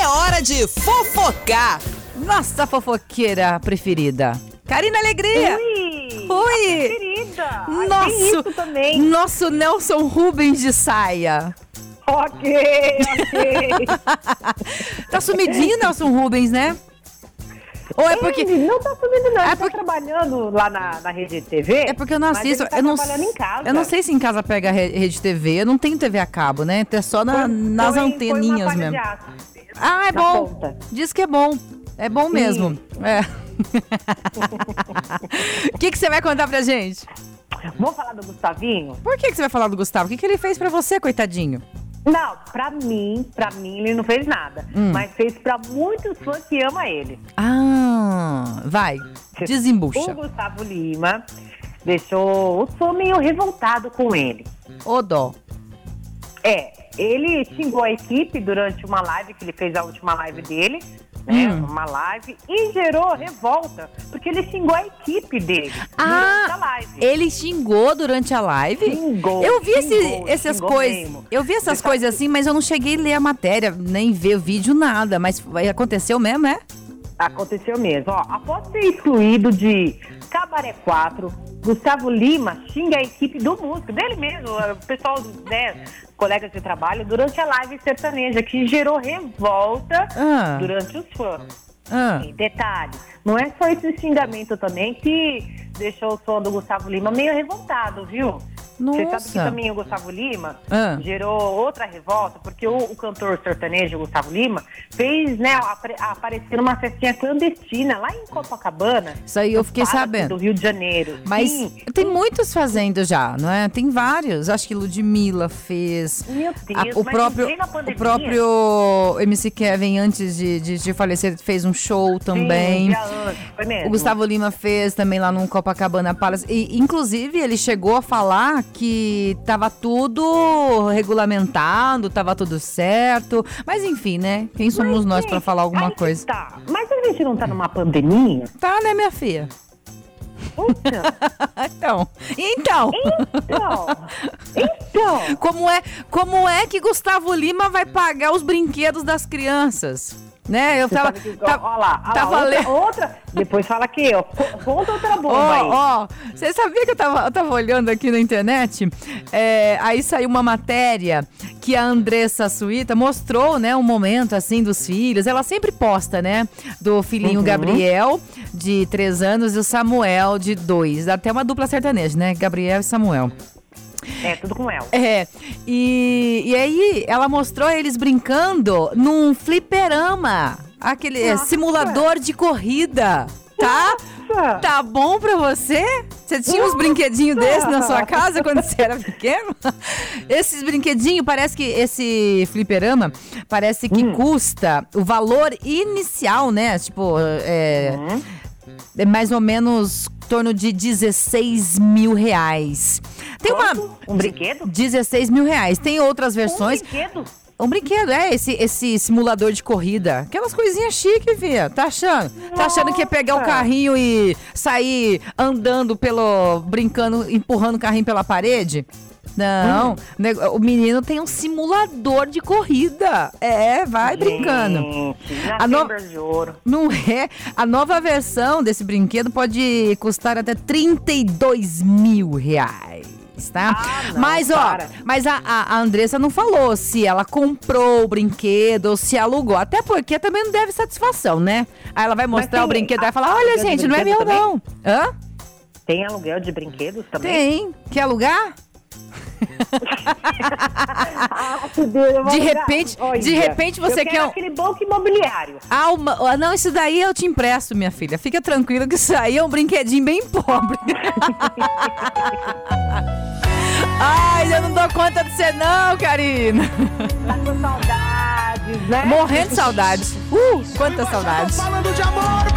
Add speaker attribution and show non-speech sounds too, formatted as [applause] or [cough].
Speaker 1: é hora de fofocar.
Speaker 2: Nossa fofoqueira preferida. Karina Alegria.
Speaker 3: Ui!
Speaker 2: É. Ui.
Speaker 3: Querida! Hum, ai, tem
Speaker 2: Nosso,
Speaker 3: isso também.
Speaker 2: nosso Nelson Rubens de saia.
Speaker 3: Ok, ok.
Speaker 2: Tá
Speaker 3: [laughs]
Speaker 2: sumidinho Nelson Rubens, né? [laughs] Ou é porque...
Speaker 3: Ele não tá subindo, não.
Speaker 2: É
Speaker 3: ele
Speaker 2: porque-
Speaker 3: tá trabalhando lá na, na rede TV.
Speaker 2: É porque eu não
Speaker 3: mas
Speaker 2: assisto.
Speaker 3: ele tá
Speaker 2: eu, não,
Speaker 3: trabalhando em casa.
Speaker 2: eu não sei se em casa pega re- rede TV. Eu não tenho TV a cabo, né? É só na- nas
Speaker 3: Põe- põe um- uma
Speaker 2: anteninhas
Speaker 3: palha de
Speaker 2: mesmo.
Speaker 3: Tá aço.
Speaker 2: Ah, é
Speaker 3: na
Speaker 2: bom.
Speaker 3: ponta.
Speaker 2: Diz que é bom. É bom mesmo. É. [laughs] O que, que você vai contar pra gente?
Speaker 3: Vamos falar do Gustavinho?
Speaker 2: Por que, que você vai falar do Gustavo? O que, que ele fez pra você, coitadinho?
Speaker 3: Não, pra mim, pra mim ele não fez nada.
Speaker 2: Hum.
Speaker 3: Mas fez pra muitos fãs que ama ele.
Speaker 2: Ah, vai.
Speaker 3: O
Speaker 2: Desembucha.
Speaker 3: Gustavo Lima deixou o fã meio revoltado com ele.
Speaker 2: Ô, dó.
Speaker 3: É, ele xingou a equipe durante uma live que ele fez a última live dele, né?
Speaker 2: Hum.
Speaker 3: Uma live e gerou revolta porque ele xingou a equipe dele durante a
Speaker 2: Ah,
Speaker 3: live.
Speaker 2: ele xingou durante a live?
Speaker 3: Xingou,
Speaker 2: Eu vi esse-
Speaker 3: xingou,
Speaker 2: essas
Speaker 3: xingou
Speaker 2: coisas.
Speaker 3: mesmo.
Speaker 2: Eu vi essas
Speaker 3: Ele tá-
Speaker 2: coisas assim, mas eu não cheguei a ler a matéria, nem ver o vídeo, nada. Mas vai- aconteceu mesmo, é?
Speaker 3: Aconteceu mesmo. Ó, após ser excluído de Cabaré 4, Gustavo Lima xinga a equipe do músico, dele mesmo, o pessoal, né, colegas de trabalho, durante a live sertaneja, que gerou revolta
Speaker 2: Ah.
Speaker 3: durante os fãs.
Speaker 2: Ah,
Speaker 3: E detalhe, não é só esse xingamento também que deixou o fã do Gustavo Lima meio revoltado, viu? Você sabe que
Speaker 2: Nossa.
Speaker 3: também o Gustavo Lima
Speaker 2: Ah.
Speaker 3: gerou outra revolta, porque o, o cantor sertanejo Gustavo Lima fez, né, apre- aparecer uma festinha clandestina lá em Copacabana.
Speaker 2: Isso aí eu
Speaker 3: no
Speaker 2: fiquei
Speaker 3: Palace
Speaker 2: sabendo.
Speaker 3: Do Rio de Janeiro.
Speaker 2: Mas
Speaker 3: Sim.
Speaker 2: tem muitos fazendo já, não é? Tem vários. Acho que Ludmilla fez.
Speaker 3: Meu Deus,
Speaker 2: o,
Speaker 3: mas
Speaker 2: próprio,
Speaker 3: em plena
Speaker 2: o
Speaker 3: pandemia?
Speaker 2: próprio MC Kevin, antes de, de, de falecer, fez um show
Speaker 3: Sim,
Speaker 2: também.
Speaker 3: dia antes, foi mesmo.
Speaker 2: O Gustavo Lima fez também lá no Copacabana Palace. E, inclusive, ele chegou a falar que tava tudo regulamentado, tava tudo certo. Mas enfim, né? Quem somos
Speaker 3: Mas,
Speaker 2: nós
Speaker 3: gente,
Speaker 2: pra falar alguma
Speaker 3: aí que
Speaker 2: coisa?
Speaker 3: Tá. Mas a gente não tá numa pandemia?
Speaker 2: Tá, né, minha filha? [laughs]
Speaker 3: Puta.
Speaker 2: então. Então.
Speaker 3: Então, então,
Speaker 2: Como é, como é que Gustavo Lima vai pagar os brinquedos das crianças? Né? Eu
Speaker 3: você
Speaker 2: tava.
Speaker 3: sabe que-
Speaker 2: tá-
Speaker 3: ó lá, ó
Speaker 2: tava
Speaker 3: lá outra,
Speaker 2: lendo-
Speaker 3: outra, depois fala aqui, ó, co- conta outra bomba aí.
Speaker 2: Ó, ó, você sabia que eu tava, eu tava olhando aqui na internet? É, aí saiu uma matéria que a Andressa Suíta mostrou, né, um momento assim dos filhos. Ela sempre posta, né? Do filhinho Gabriel, de 3 anos, e o Samuel, de 2. Até uma dupla sertaneja, né? Gabriel e Samuel.
Speaker 3: É, tudo com ela.
Speaker 2: É. E, e aí ela mostrou eles brincando num fliperama. Aquele é,
Speaker 3: Nossa.
Speaker 2: simulador de corrida. Tá?
Speaker 3: Nossa.
Speaker 2: Tá bom pra você? Você tinha uns brinquedinhos desses na sua casa quando você era pequeno? Esses brinquedinhos, parece que esse fliperama, parece que custa o valor inicial, né? Tipo, é, é mais ou menos em torno de 16 mil reais. Tem uma.
Speaker 3: Um brinquedo?
Speaker 2: 16 mil reais. Tem outras versões.
Speaker 3: Um brinquedo?
Speaker 2: Um brinquedo, é esse, esse simulador de corrida. Aquelas coisinhas chiques, Via. Tá achando? Tá achando que é pegar o
Speaker 3: Nossa.
Speaker 2: carrinho e sair andando pelo. brincando, empurrando o carrinho pela parede?
Speaker 3: Hum.
Speaker 2: Não. Nego- O menino tem um simulador de corrida. É, vai brincando.
Speaker 3: Hum. Gente,
Speaker 2: A
Speaker 3: na
Speaker 2: no-
Speaker 3: fibra de ouro.
Speaker 2: Não é? A nova versão desse brinquedo pode custar até 32 mil reais. Tá?
Speaker 3: Ah, não,
Speaker 2: mas, ó,
Speaker 3: para.
Speaker 2: mas a, a- a Andressa não falou se ela comprou o brinquedo ou se alugou. Até porque também não deve satisfação, né? Aí ela vai mostrar
Speaker 3: tem
Speaker 2: o brinquedo e
Speaker 3: a-
Speaker 2: vai falar:
Speaker 3: a
Speaker 2: olha,
Speaker 3: aluguel de
Speaker 2: gente, não é meu,
Speaker 3: brinquedo
Speaker 2: não. Hã?
Speaker 3: Tem aluguel de brinquedos também?
Speaker 2: Tem. Quer alugar?
Speaker 3: Ah, meu Deus, eu vou
Speaker 2: De
Speaker 3: alugar.
Speaker 2: repente- de repente você
Speaker 3: eu
Speaker 2: quer
Speaker 3: quero
Speaker 2: um-
Speaker 3: aquele banco imobiliário.
Speaker 2: Ah, uma- ah, não, isso daí eu te empresto, minha filha. Fica tranquila que isso aí é um brinquedinho bem pobre. [laughs] Ai, eu não dou conta de você não, Karina.
Speaker 3: Tá com saudades, né?
Speaker 2: Morrendo de saudade. Uh, quanta saudade.
Speaker 4: Falando de amor,